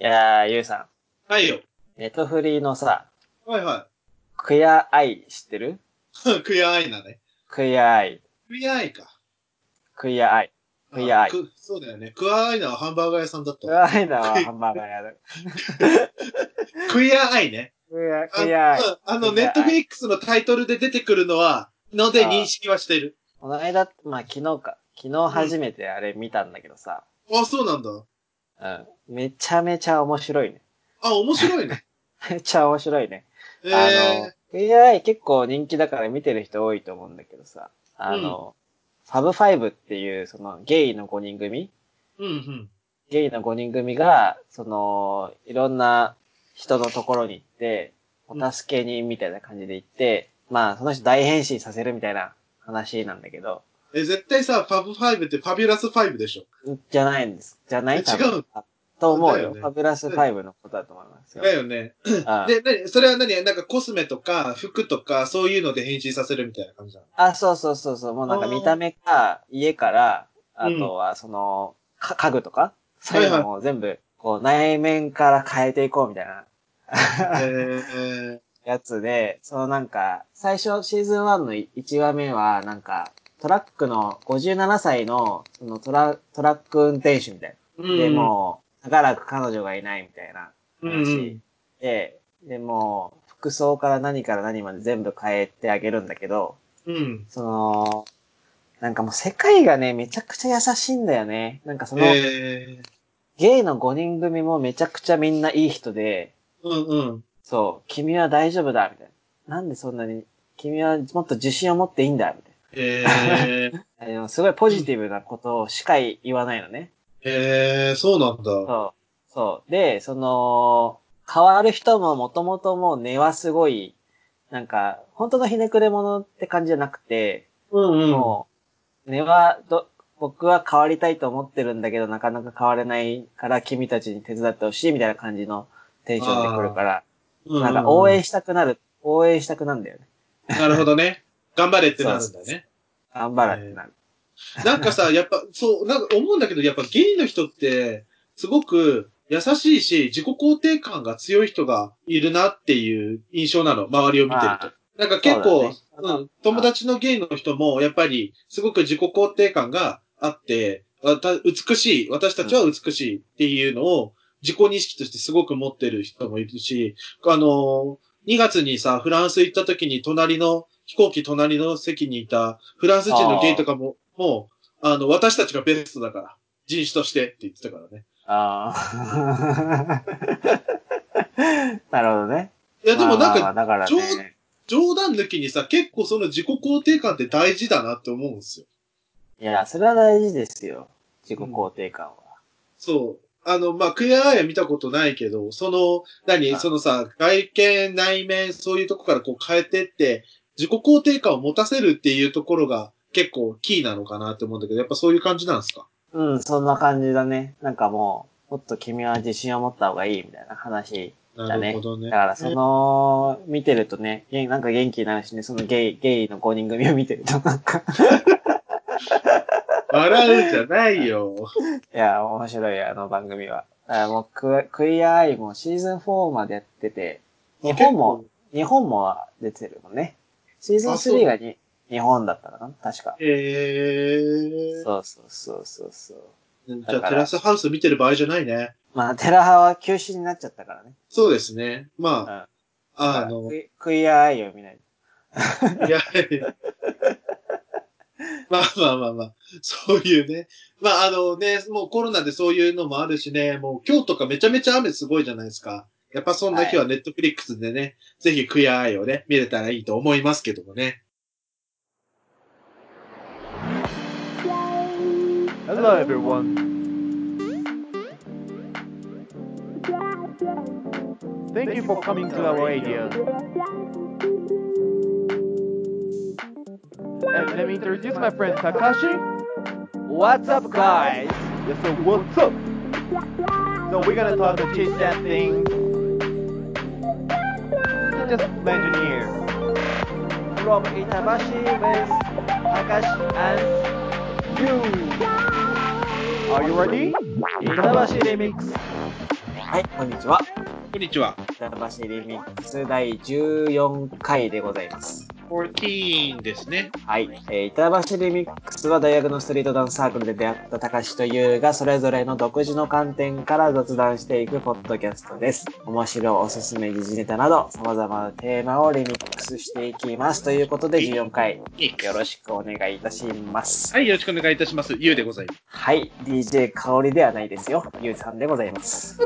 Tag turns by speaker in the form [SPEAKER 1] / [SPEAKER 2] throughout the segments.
[SPEAKER 1] いやー、ゆうさ
[SPEAKER 2] はいよ。
[SPEAKER 1] ん、ネトフリのさ、
[SPEAKER 2] はいは
[SPEAKER 1] クエアアイ知ってる
[SPEAKER 2] い。 クイアアイなね。
[SPEAKER 1] クエアアイ、
[SPEAKER 2] クイアアイか。
[SPEAKER 1] クエアアイ。クイアアイ
[SPEAKER 2] あくそうだよね。クアアイナはハンバーガー屋さんだっ
[SPEAKER 1] クエ
[SPEAKER 2] た。
[SPEAKER 1] アアイだわ、ハンバーガー屋だ。
[SPEAKER 2] クイアアイね。
[SPEAKER 1] クエア、
[SPEAKER 2] あ
[SPEAKER 1] クエアアイ。
[SPEAKER 2] うんあの、
[SPEAKER 1] クイ
[SPEAKER 2] ネ
[SPEAKER 1] アア
[SPEAKER 2] ッ
[SPEAKER 1] イ
[SPEAKER 2] トフリックスのタイトルで出てくるのは、ので
[SPEAKER 1] あー
[SPEAKER 2] 認識はしてる。
[SPEAKER 1] この間、まあ昨日か、昨日初めてあれ見たんだけどさ、
[SPEAKER 2] あ、そうなんだ。
[SPEAKER 1] うん、めちゃめちゃ面白いね。
[SPEAKER 2] あ、面白いね。
[SPEAKER 1] めっちゃ面白いね。
[SPEAKER 2] え
[SPEAKER 1] あの
[SPEAKER 2] ー、、
[SPEAKER 1] クエアアイ結構人気だから見てる人多いと思うんだけどさ、あの、ファブファイブっていう、その、ゲイの5人組
[SPEAKER 2] うんうん。
[SPEAKER 1] ゲイの5人組が、その、いろんな人のところに行って、お助け人みたいな感じで行って、まあ、その人大変身させるみたいな話なんだけど、
[SPEAKER 2] え、絶対さ、ファブファイブってファビュラスファイブでしょ。
[SPEAKER 1] じゃないんです。じゃない
[SPEAKER 2] え
[SPEAKER 1] 多
[SPEAKER 2] 違う
[SPEAKER 1] 分と思う
[SPEAKER 2] だよ
[SPEAKER 1] よ。
[SPEAKER 2] ね
[SPEAKER 1] ファブラス5のことだと思いますよ
[SPEAKER 2] だ。よね。
[SPEAKER 1] あ
[SPEAKER 2] で、なにそれは何なんかコスメとか服とかそういうので変身させるみたいな感じなの
[SPEAKER 1] あ、そうそうそうそう。もうなんか見た目か、家から、あとはその、か家具とか、そういうのも全部、こう、内面から変えていこうみたいな
[SPEAKER 2] えー、
[SPEAKER 1] やつで、そのなんか、最初シーズン1の1話目は、なんか、トラックの、57歳の、そのトラ、トラック運転手みたいな。で、もう、長らく彼女がいないみたいな
[SPEAKER 2] うん
[SPEAKER 1] 話
[SPEAKER 2] うん。
[SPEAKER 1] で、でもう、服装から何から何まで全部変えてあげるんだけど、
[SPEAKER 2] うん。
[SPEAKER 1] その、なんかもう世界がね、めちゃくちゃ優しいんだよね。なんかその、
[SPEAKER 2] えー、
[SPEAKER 1] ゲイの5人組もめちゃくちゃみんないい人で、
[SPEAKER 2] うんうん。
[SPEAKER 1] そう、君は大丈夫だ、みたいな。なんでそんなに、君はもっと自信を持っていいんだ、みたい
[SPEAKER 2] えー、
[SPEAKER 1] なあの。すごいポジティブなことをしか言わないのね。
[SPEAKER 2] へえー、そうなんだ。
[SPEAKER 1] そう。そう。で、その、変わる人ももともともう根はすごい、なんか、本当のひねくれ者って感じじゃなくて、
[SPEAKER 2] うんうん。
[SPEAKER 1] もう、根はど、僕は変わりたいと思ってるんだけど、なかなか変われないから君たちに手伝ってほしいみたいな感じのテンションで来るから、
[SPEAKER 2] う
[SPEAKER 1] なんか応援したくなる、応援したくなるんだよね。
[SPEAKER 2] なるほどね。頑張れってなるんだね。
[SPEAKER 1] 頑張らってなる。
[SPEAKER 2] なん かさ、やっぱ、そう、なんか思うんだけど、やっぱゲイの人って、すごく優しいし、自己肯定感が強い人がいるなっていう印象なの、周りを見てると
[SPEAKER 1] あ。
[SPEAKER 2] なんか結
[SPEAKER 1] そうだ
[SPEAKER 2] 構、
[SPEAKER 1] ね
[SPEAKER 2] うん、友達のゲイの人も、やっぱり、すごく自己肯定感があって、わた美しい、私たちは美しいっていうのを、自己認識としてすごく持ってる人もいるし、あのー、2月にさ、フランス行った時に隣の、飛行機隣の席にいたフランス人のゲイとかも、もう、あの、私たちがベストだから、人種としてって言ってたからね。
[SPEAKER 1] ああ。 なるほどね。
[SPEAKER 2] いや、でもなん
[SPEAKER 1] まあまあ
[SPEAKER 2] か、
[SPEAKER 1] まあだから
[SPEAKER 2] ちょう
[SPEAKER 1] ね。
[SPEAKER 2] 冗談抜きにさ、結構その自己肯定感って大事だなって思うんですよ。
[SPEAKER 1] いや、それは大事ですよ。自己肯定感は。
[SPEAKER 2] そう。あの、まあ、クエアアイは見たことないけど、その、何
[SPEAKER 1] はい
[SPEAKER 2] そのさ、外見、内面、そういうとこからこう変えてって、自己肯定感を持たせるっていうところが結構キーなのかなって思うんだけど、やっぱそういう感じなんですか
[SPEAKER 1] うん、そんな感じだね。なんかもう、もっと君は自信を持った方がいいみたいな話。
[SPEAKER 2] なるほどね。
[SPEAKER 1] だからその、見てるとね、げんなんか元気になるしね、そのゲイ、ゲイの5人組を見てるとなんか、
[SPEAKER 2] 笑うんじゃないよ。
[SPEAKER 1] いや、面白い、あの番組は。だからもうク、クイアアイもシーズン4までやってて、日本も、日本も出てるもんね。シーズン
[SPEAKER 2] あそう
[SPEAKER 1] 3がに日本だったかな確か。
[SPEAKER 2] 結構。えー。
[SPEAKER 1] そうそうそうそうそう。
[SPEAKER 2] じ
[SPEAKER 1] だ
[SPEAKER 2] ゃ
[SPEAKER 1] から
[SPEAKER 2] あテラスハウス見てる場合じゃないね。
[SPEAKER 1] まあ、テラハは休止になっちゃったからね。
[SPEAKER 2] そうですね。ま
[SPEAKER 1] うん。
[SPEAKER 2] あ、
[SPEAKER 1] だ
[SPEAKER 2] あ
[SPEAKER 1] から
[SPEAKER 2] の
[SPEAKER 1] ク、イクイアアイを見ない。
[SPEAKER 2] いや、まあまあまあまあ、そういうね。まああのね、もうコロナでそういうのもあるしね、もう今日とかめちゃめちゃ雨すごいじゃないですか。やっぱそんな日はネットフリックスでね、ぜひクエアアイをね、見れたらいいと思いますけどもね。
[SPEAKER 3] Hello, everyone. Thank you for coming to our radio. And let me introduce my friend Takashi. What's up, guys? Yes, so what's up? So we're gonna talk the chit chat things. Just mention here. From Itabashi with Takashi and you. Are you ready? Itabashi Remix.
[SPEAKER 1] はい、こんにちは。
[SPEAKER 2] こんにちは。
[SPEAKER 1] 板橋リミックス第14回でございます。
[SPEAKER 2] 14ですね。
[SPEAKER 1] はい。えー、板橋リミックスは大学のストリートダンスサークルで出会った高しと優がそれぞれの独自の観点から雑談していくポッドキャストです。面白いおすすめ時事ネタなど様々なテーマをリミックスしていきます。ということで14回よろしくお願いいたします。
[SPEAKER 2] はい、よろしくお願いいたします。ゆうで ございます。
[SPEAKER 1] はい。DJ 香りではないですよ。ゆうさんでございます。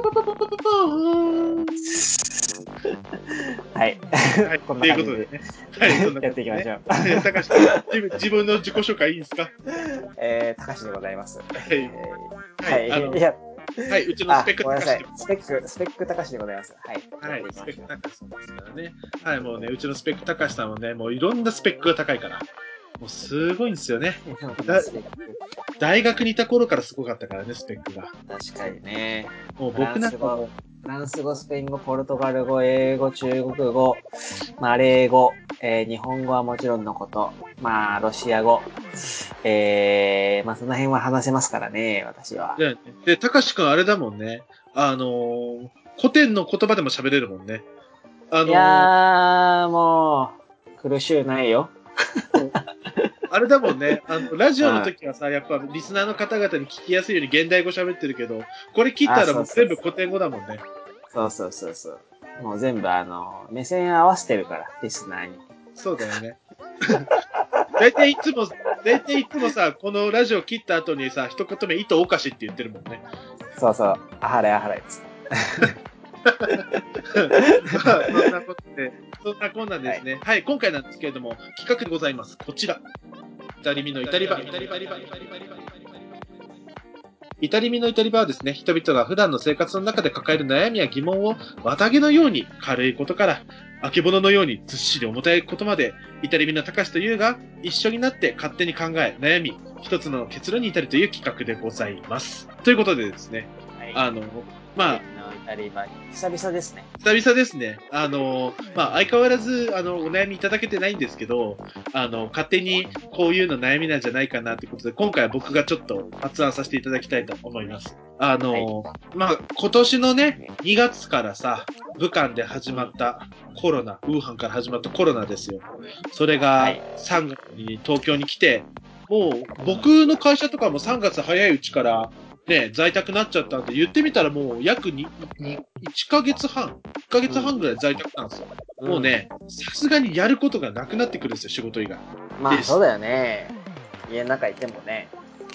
[SPEAKER 1] はい。
[SPEAKER 2] はい、
[SPEAKER 1] こん
[SPEAKER 2] とい
[SPEAKER 1] な
[SPEAKER 2] う
[SPEAKER 1] 感じ
[SPEAKER 2] こと
[SPEAKER 1] で
[SPEAKER 2] でね。はい、そんな
[SPEAKER 1] やっていきましょう。
[SPEAKER 2] う。 高橋さん自分自分の自己紹介いいですか
[SPEAKER 1] えー、高しでございます。
[SPEAKER 2] はい
[SPEAKER 1] えー
[SPEAKER 2] は、
[SPEAKER 1] はいい。
[SPEAKER 2] あの
[SPEAKER 1] い、や、
[SPEAKER 2] はい、うちのス
[SPEAKER 1] あ
[SPEAKER 2] ペッ、ク
[SPEAKER 1] ごめん
[SPEAKER 2] 高
[SPEAKER 1] なさ
[SPEAKER 2] 橋で
[SPEAKER 1] い。スペック、スペック高しでございます。はい。
[SPEAKER 2] はい、
[SPEAKER 1] やってき
[SPEAKER 2] スペ
[SPEAKER 1] ま
[SPEAKER 2] ッ
[SPEAKER 1] しょう
[SPEAKER 2] ク高橋さんですからね。はい、もうね、うちのスペック高橋さんはね、もういろんなスペックが高いから。もうすごいんですよね。だ
[SPEAKER 1] 確
[SPEAKER 2] 大学にいた頃からすごかったからね、スペックが。
[SPEAKER 1] かにね。
[SPEAKER 2] もう
[SPEAKER 1] フラ
[SPEAKER 2] 僕
[SPEAKER 1] ン
[SPEAKER 2] なん
[SPEAKER 1] ス
[SPEAKER 2] かも
[SPEAKER 1] 語、フランス語、スペイン語、ポルトガル語、英語、中国語、マレー語、えー日本語はもちろんのこと、まあ、ロシア語、えー、まあ、その辺は話せますからね、私は。
[SPEAKER 2] で、で、たかしくんあれだもんね。あのー古典の言葉でも喋れるもんね。あ
[SPEAKER 1] い
[SPEAKER 2] のー
[SPEAKER 1] やー、もう、苦しゅうないよ。
[SPEAKER 2] あれだもんね。あの、ラジオの時はさ、やっぱリスナーの方々に聞きやすいように現代語喋ってるけど、これ切ったらもう
[SPEAKER 1] あそうそう
[SPEAKER 2] 全部古典語だもんね。
[SPEAKER 1] そうそうそうそう。もう全部あの、目線合わせてるから、リスナーに。
[SPEAKER 2] そうだよね。大体いつも、大体いつもさ、このラジオ切った後にさ、一言目、糸おかしって言ってるもんね。
[SPEAKER 1] そうそう、あはれあはれっつって。
[SPEAKER 2] まあそんなことで、そんなこんなんですね。はい、今回なんですけれども、企画でございます。こちら。イタリミのイタリバ。イタリバリバリバリバリバリイタリミのイタリバはですね、人々が普段の生活の中で抱える悩みや疑問を、綿毛のように軽いことから、あけぼののようにずっしり重たいことまで、イタリミの高しと優が一緒になって勝手に考え、悩み、一つの結論に至るという企画でございます。ということでですね、
[SPEAKER 1] はい。
[SPEAKER 2] あの、まあ、
[SPEAKER 1] のイタリバリ。久々ですね。
[SPEAKER 2] 久々ですね。あの、まあ、相変わらず、あの、お悩みいただけてないんですけど、あの、勝手にこういうの悩みなんじゃないかなってことで、今回は僕がちょっと発案させていただきたいと思います。あの、まあ、今年のね、2月からさ、武漢で始まったコロナ、ウーハンから始まったコロナですよ。それ
[SPEAKER 1] は
[SPEAKER 2] が
[SPEAKER 1] い
[SPEAKER 2] 3月に東京に来て、もう僕の会社とかも3月早いうちから、ね、在宅になっちゃったんで、言ってみたらもう約にに1ヶ月半、1ヶ月半ぐらい在宅なんですよ。もうね、さすがにやることがなくなってくるんですよ、仕事以外。
[SPEAKER 1] うん。まあ、そうだよね。家の中いてもね。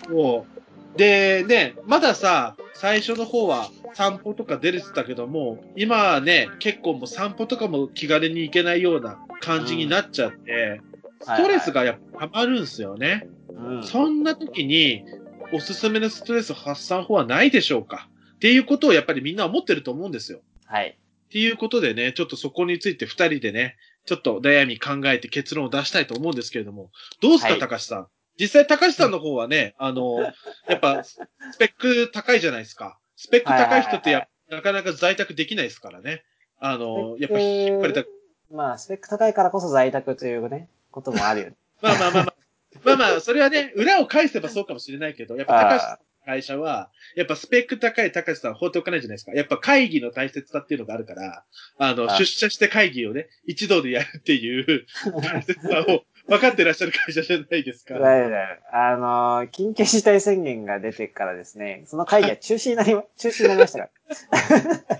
[SPEAKER 2] もう。で、ね、まださ、最初の方は散歩とか出れてたけども、今はね、結構もう散歩とかも気軽に行けないような感じになっちゃって、ストレスがやっぱ溜まるんですよね。
[SPEAKER 1] うん。
[SPEAKER 2] そんな時に、おすすめのストレス発散法はないでしょうかっていうことをやっぱりみんな思ってると思うんですよ。
[SPEAKER 1] はい。
[SPEAKER 2] っていうことでね、ちょっとそこについて二人でね、ちょっと悩み考えて結論を出したいと思うんですけれども、どうです
[SPEAKER 1] は
[SPEAKER 2] か、
[SPEAKER 1] い
[SPEAKER 2] 高橋さん。実際、高橋さんの方はね、あの、やっぱ、スペック高いじゃないですか。スペック高い人ってや、なかなか在宅できないですからね。あの、やっぱ引っ張りたく、
[SPEAKER 1] まあ、スペック高いからこそ在宅というね、こともあるよね。
[SPEAKER 2] まあまあまあまあ、まあまあ、それはね、裏を返せばそうかもしれないけど、やっぱ 高橋さん
[SPEAKER 1] あ
[SPEAKER 2] 会社は、やっぱスペック高い高橋さん放っておかないじゃないですか。やっぱ会議の大切さっていうのがあるから、あの、
[SPEAKER 1] はい
[SPEAKER 2] 出社して会議をね、一度でやるっていう大切さを分かってらっしゃる会社じゃないです
[SPEAKER 1] あ、
[SPEAKER 2] か。
[SPEAKER 1] いわゆるあのー、緊急事態宣言が出てからですね、その会議は中止にな りま、中止になりましたから。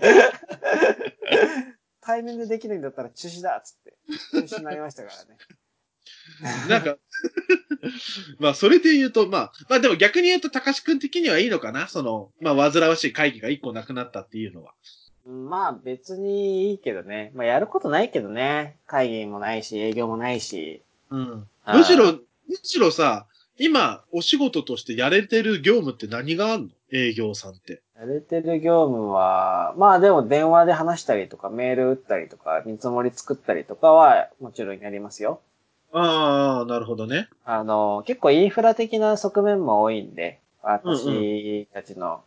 [SPEAKER 1] 対面でできるんだったら中止だっつって、中止になりましたからね。
[SPEAKER 2] なんか、 まあ、それで言うと、まあ、まあでも逆に言うと、高橋くん的にはいいのかなその、まあ、煩わしい会議が一個なくなったっていうのは。
[SPEAKER 1] まあ別にいいけどね。まあやることないけどね。会議もないし、営業もないし。
[SPEAKER 2] うん。
[SPEAKER 1] あー
[SPEAKER 2] むしろ、むしろさ、今、お仕事としてやれてる業務って何があんの営業さんって。
[SPEAKER 1] やれてる業務は、まあでも電話で話したりとか、メール打ったりとか、見積もり作ったりとかはもちろんやりますよ。
[SPEAKER 2] ああ、なるほどね。
[SPEAKER 1] あの、結構インフラ的な側面も多いんで、
[SPEAKER 2] うん
[SPEAKER 1] 私たちの、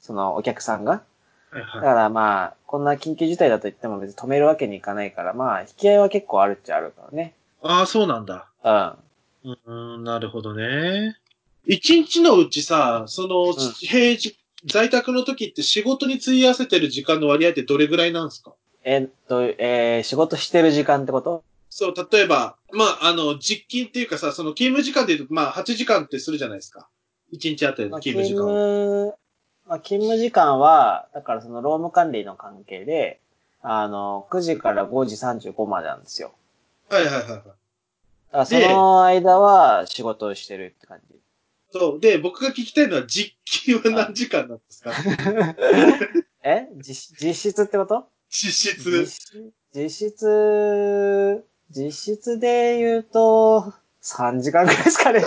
[SPEAKER 1] そのお客さんが。
[SPEAKER 2] はいは
[SPEAKER 1] だ
[SPEAKER 2] い
[SPEAKER 1] からまあ、こんな緊急事態だと言っても別に止めるわけにいかないから、まあ、引き合いは結構あるっちゃあるからね。
[SPEAKER 2] ああ、そうなんだ。
[SPEAKER 1] うん。
[SPEAKER 2] うーん、なるほどね。一日のうちさ、その、
[SPEAKER 1] ん
[SPEAKER 2] 平日、在宅の時って仕事に費やせてる時間の割合ってどれぐらいなんですか
[SPEAKER 1] えっと、えー、仕事してる時間ってこと
[SPEAKER 2] そう、例えば、まあ、あの、実勤っていうかさ、その勤務時間で言うと、まあ、8時間ってするじゃないですか。1日あたり
[SPEAKER 1] まあ
[SPEAKER 2] の
[SPEAKER 1] 勤
[SPEAKER 2] 勤務時間を。
[SPEAKER 1] 務、まあ、勤務時間は、だからその労務管理の関係で、あの、9時から5時35までなんですよ。
[SPEAKER 2] はいはいはいはい。
[SPEAKER 1] だからそ
[SPEAKER 2] で
[SPEAKER 1] の間は仕事をしてるって感じ。
[SPEAKER 2] そう。で、僕が聞きたいのは、実勤は何時間なんですか
[SPEAKER 1] え実実質ってこと
[SPEAKER 2] 実質。
[SPEAKER 1] 実実質、実質で言うと、3時間くらいです かね。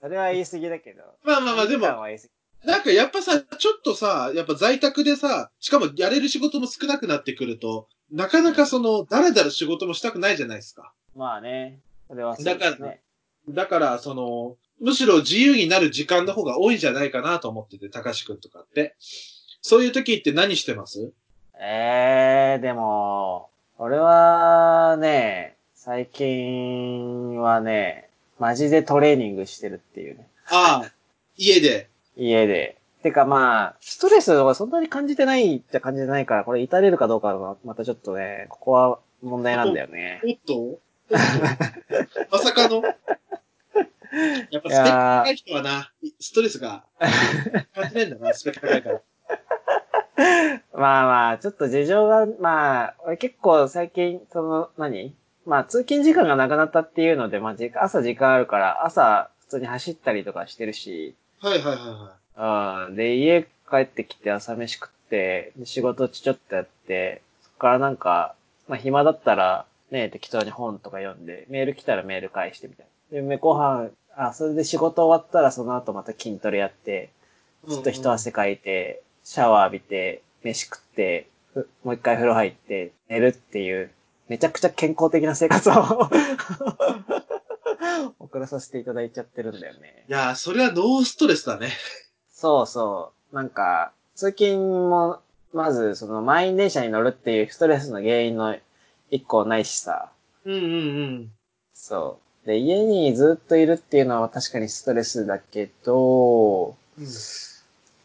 [SPEAKER 1] それは言い過ぎだけど。
[SPEAKER 2] まあまあまあ、で
[SPEAKER 1] 3時間
[SPEAKER 2] も、
[SPEAKER 1] は言い過ぎ
[SPEAKER 2] なんかやっぱさ、ちょっとさ、やっぱ在宅でさ、しかもやれる仕事も少なくなってくると、なかなかその、だらだら仕事もしたくないじゃないですか。
[SPEAKER 1] まあね。それはそうで
[SPEAKER 2] だ
[SPEAKER 1] す
[SPEAKER 2] から
[SPEAKER 1] ね。
[SPEAKER 2] だから、その、むしろ自由になる時間の方が多いんじゃないかなと思ってて、高志くんとかって。そういう時って何してます
[SPEAKER 1] ええー、でも、俺はね、最近はね、マジでトレーニングしてるっていうね。
[SPEAKER 2] ああ、家で。
[SPEAKER 1] 家で。てかまあ、ストレスはそんなに感じてないって感じてないから、これ至れるかどうかはまたちょっとね、ここは問題なんだよね。
[SPEAKER 2] おっとおっとまさかの。やっぱスペック
[SPEAKER 1] いやー
[SPEAKER 2] 高い人はな、ストレスが感じないんだな、スペック高いから。
[SPEAKER 1] まあまあ、ちょっと事情が、まあ、俺結構最近、その、何まあ、通勤時間がなくなったっていうので、まあ、時間朝時間あるから、朝普通に走ったりとかしてるし、
[SPEAKER 2] はいはいはいは
[SPEAKER 1] うん。で、家帰ってきて朝飯食って、で仕事ちょっとやって、そこからなんか、まあ暇だったら、ね、適当に本とか読んで、メール来たらメール返してみたいな。で、めご飯、あ、それで仕事終わったらその後また筋トレやって、
[SPEAKER 2] い。
[SPEAKER 1] ちょっと一汗かいて、シャワー浴びて、飯食って、ふもう一回風呂入って、寝るっていう、めちゃくちゃ健康的な生活を、送らさせていただいちゃってるんだよね。
[SPEAKER 2] いやー、それはノーストレスだね。
[SPEAKER 1] そうそう。なんか、通勤も、まず、その満員電車に乗るっていうストレスの原因の一個ないしさ。
[SPEAKER 2] うんうんうん。
[SPEAKER 1] そう。で、家にずっといるっていうのは確かにストレスだけど、
[SPEAKER 2] うん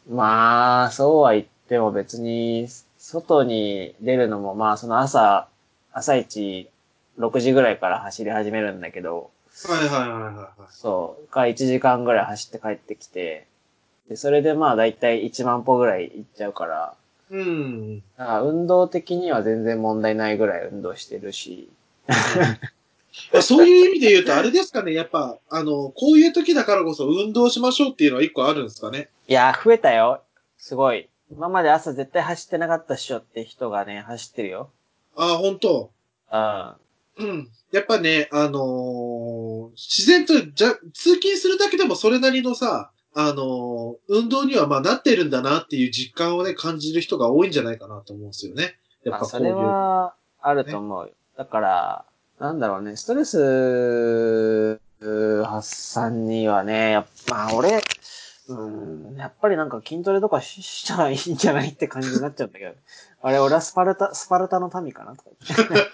[SPEAKER 1] まあ、そうは言っても別に、外に出るのも、まあ、その朝、朝一、6時ぐらいから走り始めるんだけど、
[SPEAKER 2] はいはいはいはいは
[SPEAKER 1] そう。が1時間ぐらい走って帰ってきて、で、それでまあだいたい1万歩ぐらい行っちゃうから、
[SPEAKER 2] い。うん。
[SPEAKER 1] だから運動的には全然問題ないぐらい運動してるし、
[SPEAKER 2] まあ、そういう意味で言うと、あれですかね、やっぱ、あの、こういう時だからこそ運動しましょうっていうのは一個あるんですかね。
[SPEAKER 1] いやー、増えたよ。すごい。今まで朝絶対走ってなかったっしょって人がね、走ってるよ。
[SPEAKER 2] ああ、本当
[SPEAKER 1] うん。
[SPEAKER 2] うん。やっぱね、あのー自然とじゃ、通勤するだけでもそれなりのさ、あのー運動にはまあなってるんだなっていう実感をね、感じる人が多いんじゃないかなと思うんですよね。
[SPEAKER 1] ま
[SPEAKER 2] やっぱ
[SPEAKER 1] あ、
[SPEAKER 2] こ
[SPEAKER 1] そう
[SPEAKER 2] い
[SPEAKER 1] れ
[SPEAKER 2] う。
[SPEAKER 1] は、あると思うよ。だから、なんだろうね、ストレス発散にはね、やっぱ、まあ、俺、うん、やっぱりなんか筋トレとかししたらいいんじゃないって感じになっちゃうんだ けど。あれ、俺はスパルタ、スパルタの民かなとか言っ。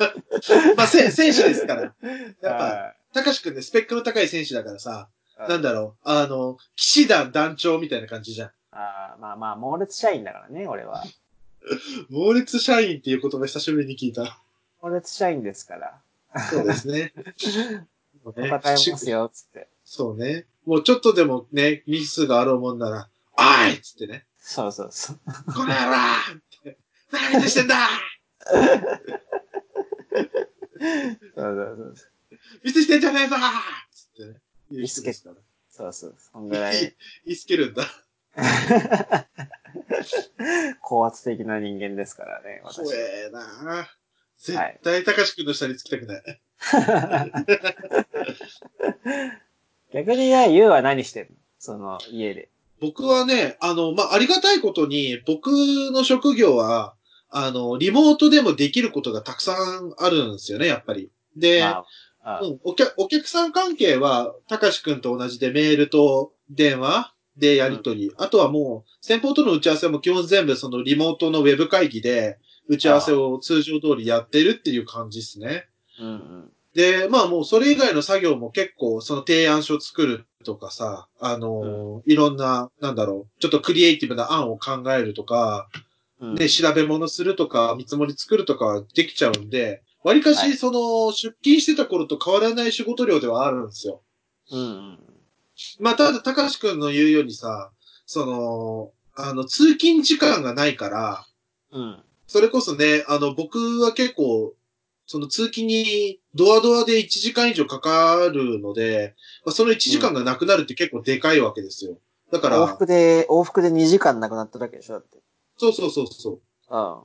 [SPEAKER 2] まあ、せ選手です から。やってぱ、たかしくんね、スペックの高い選手だからさ、
[SPEAKER 1] はい
[SPEAKER 2] なんだろう、あの、騎士団団長みたいな感じじゃん。
[SPEAKER 1] あーまあまあ、猛烈社員だからね、俺は。
[SPEAKER 2] 猛烈社員っていう言葉久しぶりに聞いた。
[SPEAKER 1] 猛烈社員ですから。
[SPEAKER 2] そうです ね。
[SPEAKER 1] 戦いますよ、つって。
[SPEAKER 2] そうね。もうちょっとでもね、ミスがあろうもんなら、あいっつってね。
[SPEAKER 1] そうそうそう。
[SPEAKER 2] この野郎って。何してんだ
[SPEAKER 1] そうそうそう。
[SPEAKER 2] ミスしてんじゃねえぞっつってね。
[SPEAKER 1] ミスけ
[SPEAKER 2] すから。
[SPEAKER 1] そうそう。そんぐらい、
[SPEAKER 2] 言いつけるんだ。
[SPEAKER 1] 高圧的な人間ですからね、私
[SPEAKER 2] 怖。えな絶
[SPEAKER 1] はい
[SPEAKER 2] 対、高志くんの下につきたくない。
[SPEAKER 1] 逆にね、ゆうは何してんのその、家で。
[SPEAKER 2] 僕はね、あの、まあ、ありがたいことに、僕の職業は、あの、リモートでもできることがたくさんあるんですよね、やっぱり。で、
[SPEAKER 1] まあ、あ
[SPEAKER 2] うん、お客、お客さん関係は、たかしくんと同じでメールと電話でやり取り。あとはもう、先方との打ち合わせも基本全部そのリモートのウェブ会議で、打ち合わせを通常通りやってるっていう感じですね。
[SPEAKER 1] うんうん。
[SPEAKER 2] で、まあもうそれ以外の作業も結構その提案書作るとかさ、あのーいろんな、なんだろう、ちょっとクリエイティブな案を考えるとか、
[SPEAKER 1] うん
[SPEAKER 2] ね、調べ物するとか、見積もり作るとかできちゃうんで、わりか
[SPEAKER 1] はい
[SPEAKER 2] し、その、出勤してた頃と変わらない仕事量ではあるんですよ。
[SPEAKER 1] うんうん。
[SPEAKER 2] まあ、ただ、高橋くんの言うようにさ、その、あの、通勤時間がないから、
[SPEAKER 1] うん。
[SPEAKER 2] それこそね、あの、僕は結構、その通勤にドアドアで1時間以上かかるので、まあ、その1時間がなくなるって結構でかいわけですよ。だか
[SPEAKER 1] 往
[SPEAKER 2] ら、
[SPEAKER 1] 復で、往復で2時間なくなっただけでしょだって。
[SPEAKER 2] そうそうそうそう。
[SPEAKER 1] うん。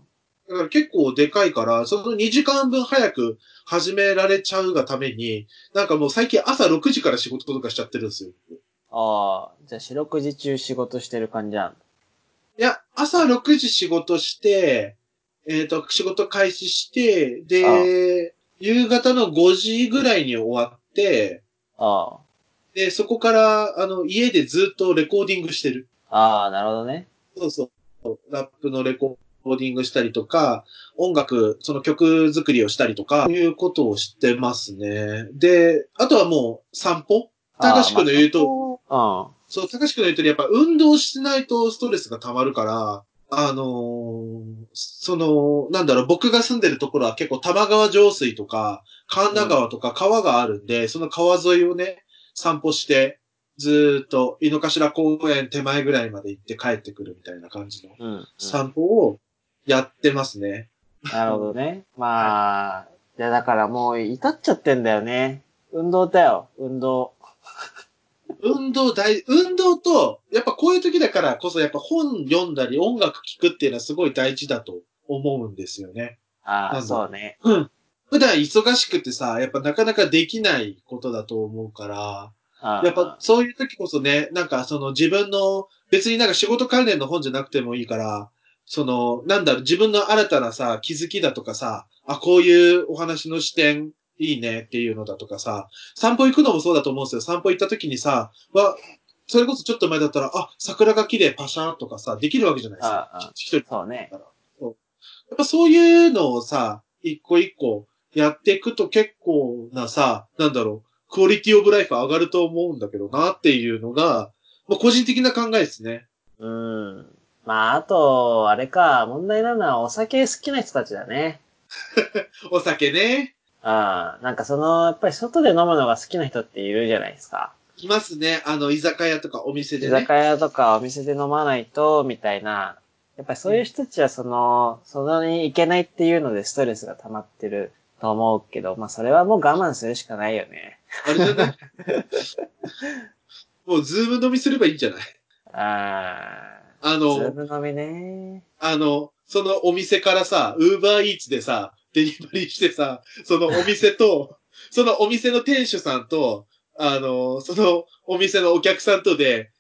[SPEAKER 2] だから結構でかいから、その2時間分早く始められちゃうがために、なんかもう最近朝6時から仕事とかしちゃってるんですよ。
[SPEAKER 1] ああ、じゃあ四六時中仕事してる感じなんだ。
[SPEAKER 2] いや、朝6時仕事して、えっ、と、仕事開始して、で、夕方の5時ぐらいに終わって、
[SPEAKER 1] あ
[SPEAKER 2] で、そこから、あの、家でずっとレコーディングしてる。
[SPEAKER 1] あ。ああ、なるほどね。
[SPEAKER 2] そうそう。ラップのレコーディングしたりとか、音楽、その曲作りをしたりとか、いうことをしてますね。で、あとはもう散歩高橋君の言うと、
[SPEAKER 1] と。ま
[SPEAKER 2] そう、高橋君の言うとり、やっぱ運動しないとストレスが溜まるから、あのーその、なんだろう、僕が住んでるところは結構玉川上水とか、神田川とか川があるんで、その川沿いをね、散歩して、ずーっと井の頭公園手前ぐらいまで行って帰ってくるみたいな感じの
[SPEAKER 1] あ、うん。うん。
[SPEAKER 2] 散歩をやってますね。
[SPEAKER 1] なるほどね。まあ、いやだからもう至っちゃってんだよね。運動だよ、運動。
[SPEAKER 2] 運動大、運動と、やっぱこういう時だからこそ、やっぱ本読んだり音楽聴くっていうのはすごい大事だと思うんですよね。
[SPEAKER 1] あ
[SPEAKER 2] なん
[SPEAKER 1] あ、
[SPEAKER 2] だ
[SPEAKER 1] そうね。
[SPEAKER 2] 普段忙しくてさ、やっぱなかなかできないことだと思うから、
[SPEAKER 1] や
[SPEAKER 2] やっぱ、そういう時こそね、なんかその自分の、別になんか仕事関連の本じゃなくてもいいから、その、なんだろう、自分の新たなさ、気づきだとかさ、あ、こういうお話の視点、いいねっていうのだとかさ、散歩行くのもそうだと思うんですよ。散歩行った時にさ、わ、それこそちょっと前だったら、あ、桜が綺麗、パシャーとかさ、できるわけじゃないですか
[SPEAKER 1] ああ。
[SPEAKER 2] 一人
[SPEAKER 1] そうね。
[SPEAKER 2] やっぱそういうのをさ、一個一個やっていくと結構なさ、なんだろう、クオリティオブライフ上がると思うんだけどなっていうのが、まあ、個人的な考えですね。
[SPEAKER 1] うん。まあ、あと、あれか、問題なのはお酒好きな人たちだね。
[SPEAKER 2] お酒ね。
[SPEAKER 1] ああ、なんかその、やっぱり外で飲むのが好きな人っているじゃないですか。
[SPEAKER 2] いますね。あの、居酒屋とかお店
[SPEAKER 1] 居
[SPEAKER 2] でね
[SPEAKER 1] 酒。屋とかお店で飲まないと、みたいな。やっぱりそういう人たちはその、そのに行けないっていうのでストレスが溜まってると思うけど、まあそれはもう我慢するしかないよね。
[SPEAKER 2] あれじゃない もう、ズーム飲みすればいいんじゃない
[SPEAKER 1] あ
[SPEAKER 2] あ
[SPEAKER 1] あ、ズー
[SPEAKER 2] の、
[SPEAKER 1] ム飲みね。
[SPEAKER 2] あの、そのお店からさ、ウーバーイーツでさ、デリバリーしてさ、そのお店と、そのお店の店主さんと、あの、そのお店のお客さんとで、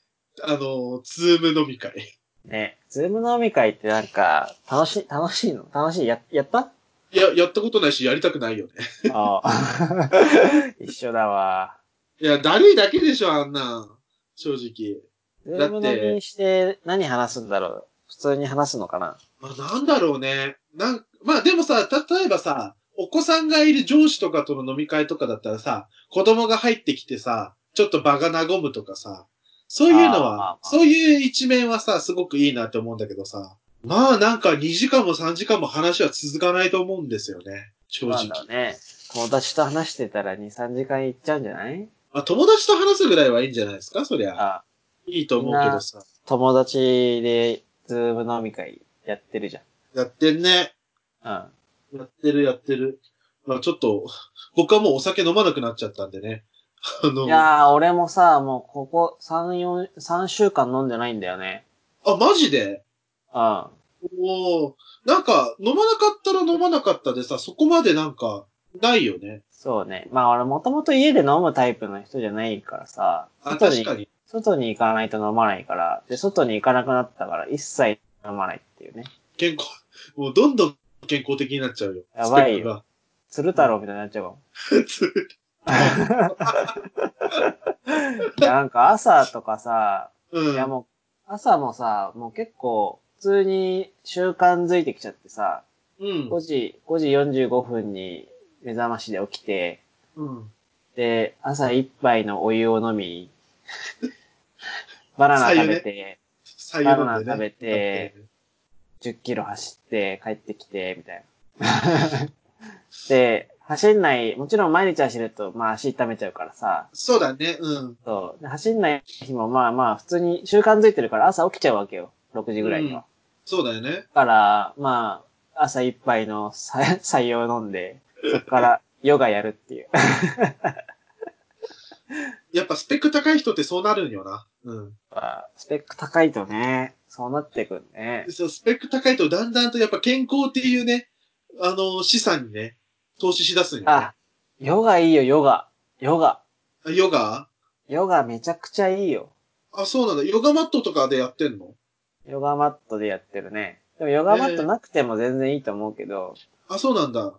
[SPEAKER 2] あの、ズーム飲み会。
[SPEAKER 1] ね、ズーム飲み会ってなんか、楽しい、楽しいの楽しいや、やった
[SPEAKER 2] いや、やったことないし、やりたくないよね。
[SPEAKER 1] ああ。 一緒だわ。
[SPEAKER 2] いや、だるいだけでしょ、あんなん。正直。
[SPEAKER 1] ズーム飲みして何話すんだろう普通に話すのかな
[SPEAKER 2] まあ、なんだろうね。なん、まあでもさ、例えばさ、お子さんがいる上司とかとの飲み会とかだったらさ、子供が入ってきてさ、ちょっと場が和むとかさ、そういうの
[SPEAKER 1] あーまあま
[SPEAKER 2] は
[SPEAKER 1] あ、
[SPEAKER 2] そういう一面はさ、すごくいいなって思うんだけどさ、まあなんか2時間も3時間も話は続かないと思うんですよね。正
[SPEAKER 1] な
[SPEAKER 2] 直
[SPEAKER 1] ん。だろうね。友達と話してたら2、3時間行っちゃうんじゃない
[SPEAKER 2] まあ友達と話すぐらいはいいんじゃないですか、そりゃ。
[SPEAKER 1] あ、
[SPEAKER 2] いいと思うけどさ。
[SPEAKER 1] 友達でズーム飲み会やってるじ
[SPEAKER 2] やってんね。
[SPEAKER 1] ゃん。
[SPEAKER 2] やってるやってる。まあちょっと、僕はもうお酒飲まなくなっちゃったんでね。あ
[SPEAKER 1] う
[SPEAKER 2] の
[SPEAKER 1] ん。いやー、俺もさ、もうここ3、4、3週間飲んでないんだよね。
[SPEAKER 2] あ、マジで
[SPEAKER 1] うん。
[SPEAKER 2] おお、なんか、飲まなかったら飲まなかったでさ、そこまでなんか、ないよね。
[SPEAKER 1] そうね。まあ俺もともと家で飲むタイプの人じゃないからさ、
[SPEAKER 2] あ、
[SPEAKER 1] 外
[SPEAKER 2] 確
[SPEAKER 1] に
[SPEAKER 2] か、に。
[SPEAKER 1] 外に行かないと飲まないから、で、外に行かなくなったから一切飲まないっていうね。
[SPEAKER 2] 健康、もうどんどん健康的になっちゃうよ。
[SPEAKER 1] やばいよ
[SPEAKER 2] スペックが。
[SPEAKER 1] 鶴太郎みたいになっちゃうかも。
[SPEAKER 2] つ
[SPEAKER 1] いやなんか朝とかさ、
[SPEAKER 2] う
[SPEAKER 1] い
[SPEAKER 2] ん。
[SPEAKER 1] や
[SPEAKER 2] あ
[SPEAKER 1] もう、朝もさ、もう結構、普通に習慣づいてきちゃってさ、
[SPEAKER 2] うん
[SPEAKER 1] 5時、5時45分に目覚ましで起きて、
[SPEAKER 2] うん。
[SPEAKER 1] で、朝一杯のお湯を飲み、バナナ食べて、
[SPEAKER 2] 左右
[SPEAKER 1] バ
[SPEAKER 2] な
[SPEAKER 1] ナナ
[SPEAKER 2] んだよ
[SPEAKER 1] 食べ
[SPEAKER 2] ね。
[SPEAKER 1] て、10キロ走って帰ってきて、みたいな。 で、走んない、もちろん毎日走ると、まあ足痛めちゃうからさ、
[SPEAKER 2] そうだね、うん。
[SPEAKER 1] そう。で走んない日もまあまあ普通に習慣づいてるから朝起きちゃうわけよ。6時ぐらいには。
[SPEAKER 2] うんそうだよね。
[SPEAKER 1] だから、まあ、朝一杯のさ 採用飲んで、そこからヨガやるって いう。
[SPEAKER 2] やっぱスペック高い人ってそうなるんよな。うん。
[SPEAKER 1] スペック高いとね、そうなってくんね。
[SPEAKER 2] そう、スペック高いとだんだんとやっぱ健康っていうね、あの、資産にね、投資しだすんよ、ね。
[SPEAKER 1] あ、ヨガいいよ、ヨガ。ヨガ。
[SPEAKER 2] あ、ヨガ
[SPEAKER 1] ヨガめちゃくちゃいいよ。
[SPEAKER 2] あ、そうなんだ。ヨガマットとかでやってんの
[SPEAKER 1] ヨガマットでやってるね。でもヨガマットなくても全然いいと思うけど、
[SPEAKER 2] あ、そうなんだ。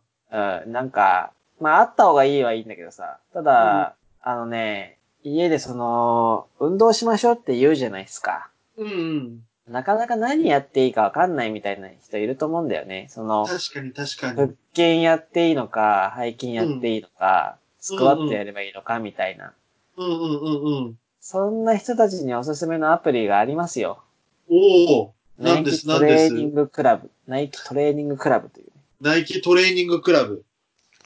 [SPEAKER 1] うん、なんか、まああった方がいいはいいんだけどさ。ただ、あのね、家でその、運動しましょうって言うじゃないですか。
[SPEAKER 2] うんうん。
[SPEAKER 1] なかなか何やっていいかわかんないみたいな人いると思うんだよね。その、
[SPEAKER 2] 確かに確か
[SPEAKER 1] 腹
[SPEAKER 2] に。
[SPEAKER 1] 筋やっていいのか、背筋やっていいのか、スクワットやればいいのかみたいな。
[SPEAKER 2] うんうんうんうん。
[SPEAKER 1] そんな人たちにおすすめのアプリがありますよ。
[SPEAKER 2] おおなん
[SPEAKER 1] ナイ
[SPEAKER 2] で
[SPEAKER 1] キ
[SPEAKER 2] す
[SPEAKER 1] トレー
[SPEAKER 2] なん
[SPEAKER 1] ニ
[SPEAKER 2] で
[SPEAKER 1] ングクラブ。ナイキトレーニングクラブという。
[SPEAKER 2] ナイキトレーニングクラブ。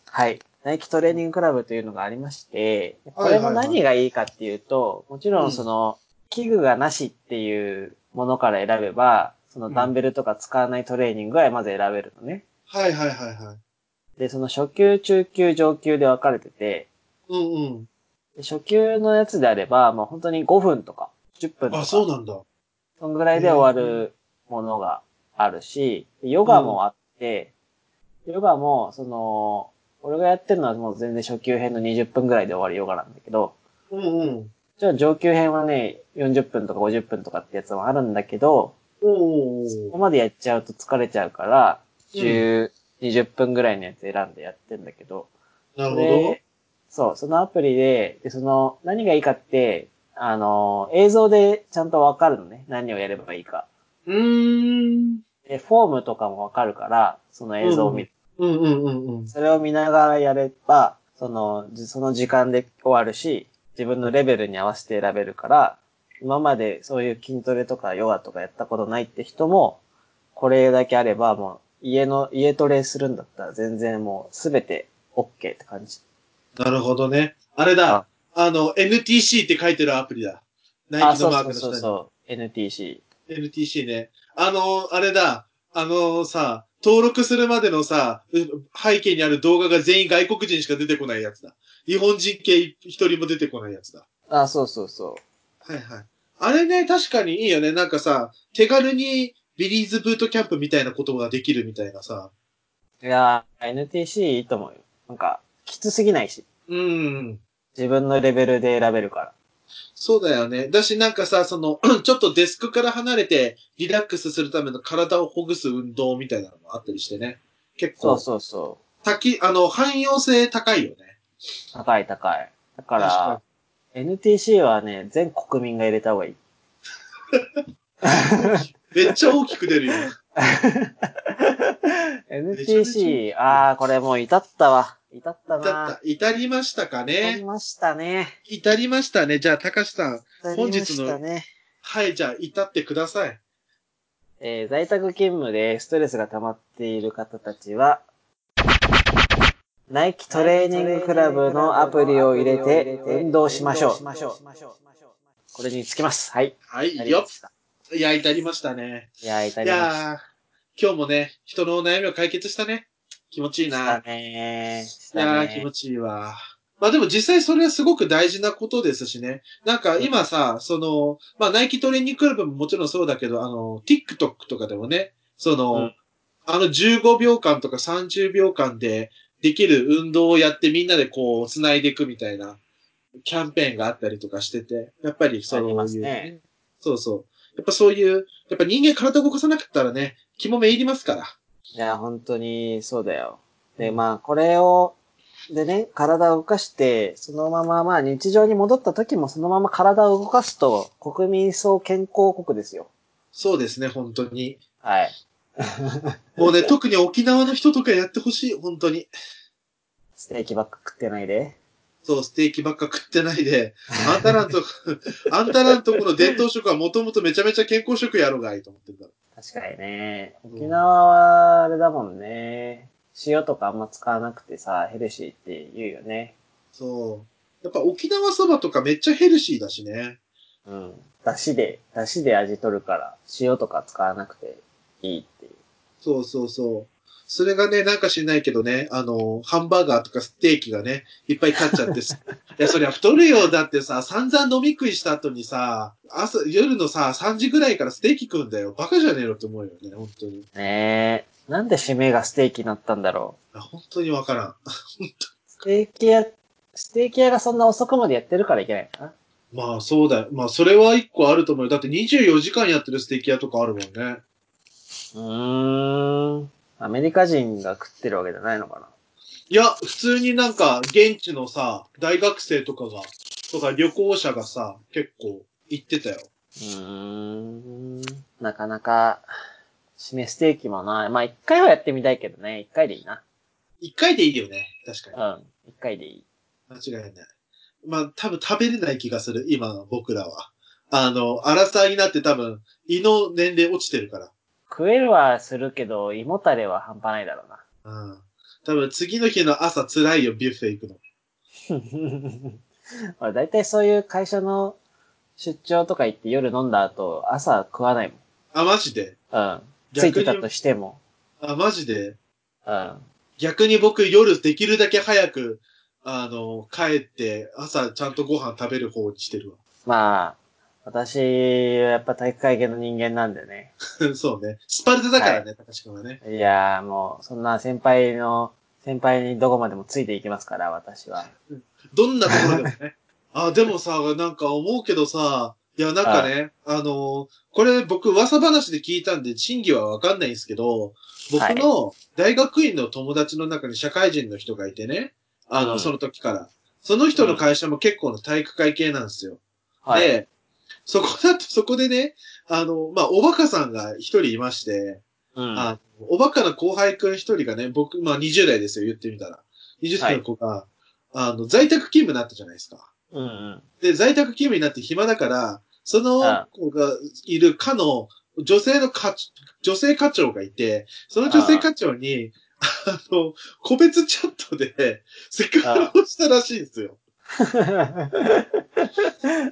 [SPEAKER 1] はい。ナイキトレーニングクラブというのがありまして、こ
[SPEAKER 2] はいは
[SPEAKER 1] れ
[SPEAKER 2] いは
[SPEAKER 1] も
[SPEAKER 2] い
[SPEAKER 1] 何がいいかっていうと、もちろんその、器具がなしっていうものから選べば、そのダンベルとか使わないトレーニングはまず選べるのね。
[SPEAKER 2] はいはいはいはい。
[SPEAKER 1] で、その初級、中級、上級で分かれてて、
[SPEAKER 2] うん
[SPEAKER 1] で初級のやつであれば、もう本当に5分とか、10
[SPEAKER 2] う
[SPEAKER 1] 分
[SPEAKER 2] ん。
[SPEAKER 1] とか、
[SPEAKER 2] あ、
[SPEAKER 1] そ
[SPEAKER 2] そうなんだ。
[SPEAKER 1] んぐらいで終わるものがあるし、でヨガもあって、ヨガも、その、俺がやってるのはもう全然初級編の20分ぐらいで終わるヨガなんだけど、
[SPEAKER 2] うんうん。
[SPEAKER 1] じゃあ上級編はね、40分とか50分とかってやつもあるんだけど、
[SPEAKER 2] おお
[SPEAKER 1] ここまでやっちゃうと疲れちゃうから、
[SPEAKER 2] うん
[SPEAKER 1] 10、20分ぐらいのやつ選んでやってんだけど、
[SPEAKER 2] なるほ
[SPEAKER 1] で、そう、そのアプリで、で、その、何がいいかって、あの、映像でちゃんとわかるのね。何をやればいいか。
[SPEAKER 2] ど。うーん。
[SPEAKER 1] で、フォームとかもわかるから、その映像を見る。
[SPEAKER 2] うんうんうんうん。
[SPEAKER 1] それを見ながらやれば、その、じその時間で終わるし、自分のレベルに合わせて選べるから、今までそういう筋トレとかヨガとかやったことないって人も、これだけあればもう、家の、家トレするんだったら全然もう、すべて OK って感じ。
[SPEAKER 2] なるほどね。あれだ。あの、NTC って書いてるアプリだ。ナ
[SPEAKER 1] あ、
[SPEAKER 2] イキ
[SPEAKER 1] そ
[SPEAKER 2] の
[SPEAKER 1] う
[SPEAKER 2] マ
[SPEAKER 1] そ
[SPEAKER 2] ーク
[SPEAKER 1] う
[SPEAKER 2] の
[SPEAKER 1] そう
[SPEAKER 2] 下に。
[SPEAKER 1] そう、NTC。
[SPEAKER 2] NTC ね。あの、あれだ。あのさ、登録するまでのさ、う背景にある動画が全員外国人しか出てこないやつだ。日本人系一人も出てこないやつだ。
[SPEAKER 1] あ、そうそうそ
[SPEAKER 2] はいはい。あれね、確かにいいよね。なんかさ、手軽にビリーズブートキャンプみたいなことができるみたいなさ。
[SPEAKER 1] う。いやー、NTC いいと思うよ。なんか、きつすぎないし。
[SPEAKER 2] うん。
[SPEAKER 1] 自分のレベルで選べるから。
[SPEAKER 2] そうだよね。だしなんかさ、その、 ちょっとデスクから離れてリラックスするための体をほぐす運動みたいなのもあったりしてね。結
[SPEAKER 1] そう
[SPEAKER 2] 構、
[SPEAKER 1] そうそ
[SPEAKER 2] 滝、あの、汎用性高いよね。
[SPEAKER 1] う。高い高い。だか
[SPEAKER 2] 確
[SPEAKER 1] ら
[SPEAKER 2] か、
[SPEAKER 1] NTC はね、全国民が入れた方が いい。
[SPEAKER 2] めっちゃ大き く出るよ。ゃめちゃ
[SPEAKER 1] NTC、あー、これもう至ったわ。至った
[SPEAKER 2] だっ
[SPEAKER 1] な
[SPEAKER 2] た、至りましたか
[SPEAKER 1] 至り
[SPEAKER 2] ね。
[SPEAKER 1] ましたね。
[SPEAKER 2] 至りましたね。じゃあ、高橋さん。本
[SPEAKER 1] 至りま
[SPEAKER 2] 日
[SPEAKER 1] し
[SPEAKER 2] の
[SPEAKER 1] たね。
[SPEAKER 2] はい、じゃあ、至ってください。
[SPEAKER 1] えー在宅勤務でストレスが溜まっている方たちは、ナイキトレーニングクラブのアプリを入れて運動しましょう。これにつきます。はい。
[SPEAKER 2] はい、
[SPEAKER 1] やり
[SPEAKER 2] よ
[SPEAKER 1] ました
[SPEAKER 2] っ。いや、至りましたね。
[SPEAKER 1] いやー、至
[SPEAKER 2] い
[SPEAKER 1] りまし
[SPEAKER 2] やー、今日もね、人のお悩みを解決したね。気持ちいい
[SPEAKER 1] た
[SPEAKER 2] な。
[SPEAKER 1] ねー。し
[SPEAKER 2] い
[SPEAKER 1] た
[SPEAKER 2] や
[SPEAKER 1] ね
[SPEAKER 2] ー、気持ちいいわ。まあでも実際それはすごく大事なことですしね。なんか今さ、その、まあナイキトレーニングクラブももちろんそうだけど、あの、TikTok とかでもね、その、
[SPEAKER 1] うん
[SPEAKER 2] あの15秒間とか30秒間でできる運動をやってみんなでこう、繋いでいくみたいなキャンペーンがあったりとかしてて、やっぱりそう
[SPEAKER 1] あ
[SPEAKER 2] い
[SPEAKER 1] ります
[SPEAKER 2] う、
[SPEAKER 1] ね
[SPEAKER 2] そうそう。やっぱそういう、やっぱ人間体動かさなかったらね、気もめいりますから。
[SPEAKER 1] いや、本当にそうだよ。で、まあ、これを、でね、体を動かして、そのまま、まあ、日常に戻った時もそのまま体を動かすと、国民総健康国ですよ。
[SPEAKER 2] そうですね、本当に。
[SPEAKER 1] はい。
[SPEAKER 2] もうね、特に沖縄の人とかやってほしい、本当に。
[SPEAKER 1] ステーキばっか食ってないで。
[SPEAKER 2] そう、ステーキばっか食ってないで、あんたらんとこ、あんたらんとこの伝統食はもともとめちゃめちゃ健康食やろうがいいと思ってるから。
[SPEAKER 1] 確かにね。沖縄はあれだもんね。塩とかあんま使わなくてさ、ヘルシーって言うよね。
[SPEAKER 2] そう。やっぱ沖縄そばとかめっちゃヘルシーだしね。
[SPEAKER 1] うん。だしで、だしで味取るから、塩とか使わなくていいっていう。
[SPEAKER 2] そうそうそう。それがね、なんか知んないけどね、あの、ハンバーガーとかステーキがね、いっぱい買っちゃってす。いや、そりゃ太るよ。だってさ、散々飲み食いした後にさ、朝、夜のさ、3時ぐらいからステーキ食うんだよ。バカじゃねえのって思うよね、本当に。
[SPEAKER 1] ねえ。なんで締めがステーキになったんだろう。
[SPEAKER 2] あ本当にわからん。
[SPEAKER 1] ステーキ屋、ステーキ屋がそんな遅くまでやってるからいけないのか
[SPEAKER 2] まあそうだよ。まあそれは一個あると思うよ。だって24時間やってるステーキ屋とかあるもんね。
[SPEAKER 1] な。うーん。アメリカ人が食ってるわけじゃないのか
[SPEAKER 2] いや、普通になんか現地のさ、大学生とかが、とか旅行者がさ、結構行ってたよ。
[SPEAKER 1] な。うーん。なかなか、締めステーキもな。まあ、一回はやってみたいけどね。一回でいいな。
[SPEAKER 2] 一回でいいよね。確
[SPEAKER 1] う
[SPEAKER 2] か
[SPEAKER 1] ん。一回でいい。
[SPEAKER 2] に。間違いない。まあ多分食べれない気がする。今の僕らは。あの、荒さになって多分、胃の年齢落ちてるから。
[SPEAKER 1] 食えるはするけど、胃もたれは半端ないだろう な。
[SPEAKER 2] うん。多分次の日の朝辛いよ、ビュッフェ行くの。
[SPEAKER 1] 俺、だいたいそういう会社の出張とか行って夜飲んだ後、朝食わないも
[SPEAKER 2] あ、マジで
[SPEAKER 1] ん。うん。つ
[SPEAKER 2] 逆
[SPEAKER 1] い
[SPEAKER 2] に
[SPEAKER 1] てたとしても。
[SPEAKER 2] あ、マジで
[SPEAKER 1] うん。
[SPEAKER 2] 逆に僕夜できるだけ早く、あの、帰って朝ちゃんとご飯食べる方にしてる
[SPEAKER 1] まあ、私はやっぱ体育会系の人間なんでね。
[SPEAKER 2] わ。 そうね。スパルタだからね、高志くんはね。
[SPEAKER 1] いやーもう、そんな先輩の、先輩にどこまでもついていきますから、私は。
[SPEAKER 2] どんなところでも ね。あ、でもさ、なんか思うけどさ、いや、なんかね、あのーこれ僕噂話で聞いたんで、真偽はわかんないんですけど、僕の大学院の友達の中に社会人の人がいてね、あの、
[SPEAKER 1] うん
[SPEAKER 2] その時から。その人の会社も結構の体育会系なんですよ。
[SPEAKER 1] はい。
[SPEAKER 2] で、そこだと、そこでね、あの、まあ、おバカさんが一人いまして、
[SPEAKER 1] うん。
[SPEAKER 2] あのおバカな後輩くん一人がね、僕、まあ、20代ですよ、言ってみたら。20代の子が、あの、在宅勤務になったじゃないですか。
[SPEAKER 1] うんうん。
[SPEAKER 2] で、在宅勤務になって暇だから、その子がいる課の、女性の課、女性課長がいて、その女性課長に、あの、個別チャットで、セクハラをしたらしいんですよ。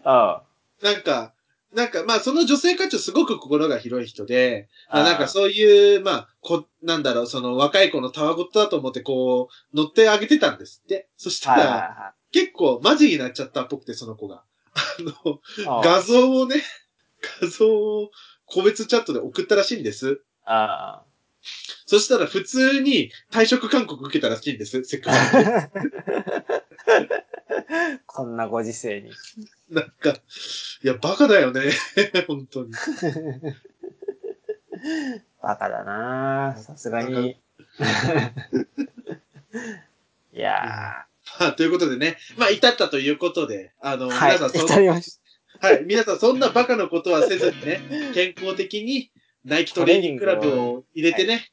[SPEAKER 1] あ
[SPEAKER 2] なんか、なんか、まあ、その女性課長すごく心が広い人で、ま
[SPEAKER 1] あ
[SPEAKER 2] あ、なんかそういう、まあ、こ、なんだろう、その若い子のたわごとだと思って、こう、乗ってあげてたんですって。そした
[SPEAKER 1] はいはい
[SPEAKER 2] ら、
[SPEAKER 1] は
[SPEAKER 2] 結構マジになっちゃったっぽくて、その子が。あの、
[SPEAKER 1] いあ
[SPEAKER 2] 画像をね、 画像を個別チャットで送ったらしいんです。
[SPEAKER 1] あ
[SPEAKER 2] そしたら普通に退職勧告受けたらしいんです、セクハラで。
[SPEAKER 1] こんなご時世に。
[SPEAKER 2] なんか、いや、バカだよね。 本当に。
[SPEAKER 1] バカだなぁさすが
[SPEAKER 2] なん
[SPEAKER 1] に。 いや
[SPEAKER 2] まあ、 ということでね、まあ、至ったということで、あの、
[SPEAKER 1] ーはい。
[SPEAKER 2] 皆さんそん
[SPEAKER 1] 至りまし
[SPEAKER 2] はい。皆さん、そんなバカなことはせず にね、健康的に、ナイキトレーニングクラブを入れてね、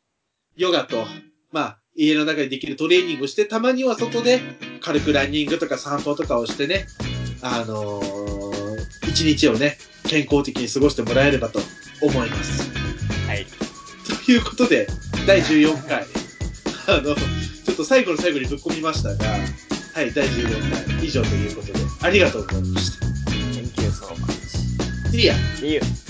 [SPEAKER 2] ヨガと、まあ、家の中でできるトレーニングをして、たまには外で、軽くランニングとか散歩とかをしてね、あのー一日をね、健康的に過ごしてもらえればと思います。
[SPEAKER 1] た。はい。
[SPEAKER 2] ということで、第14回、あの、ちょっと最後の最後にぶっ込みましたが、はい、第14回、以上ということで、ありがとうございました。
[SPEAKER 1] Thank you so much.
[SPEAKER 2] シリア。
[SPEAKER 1] See you.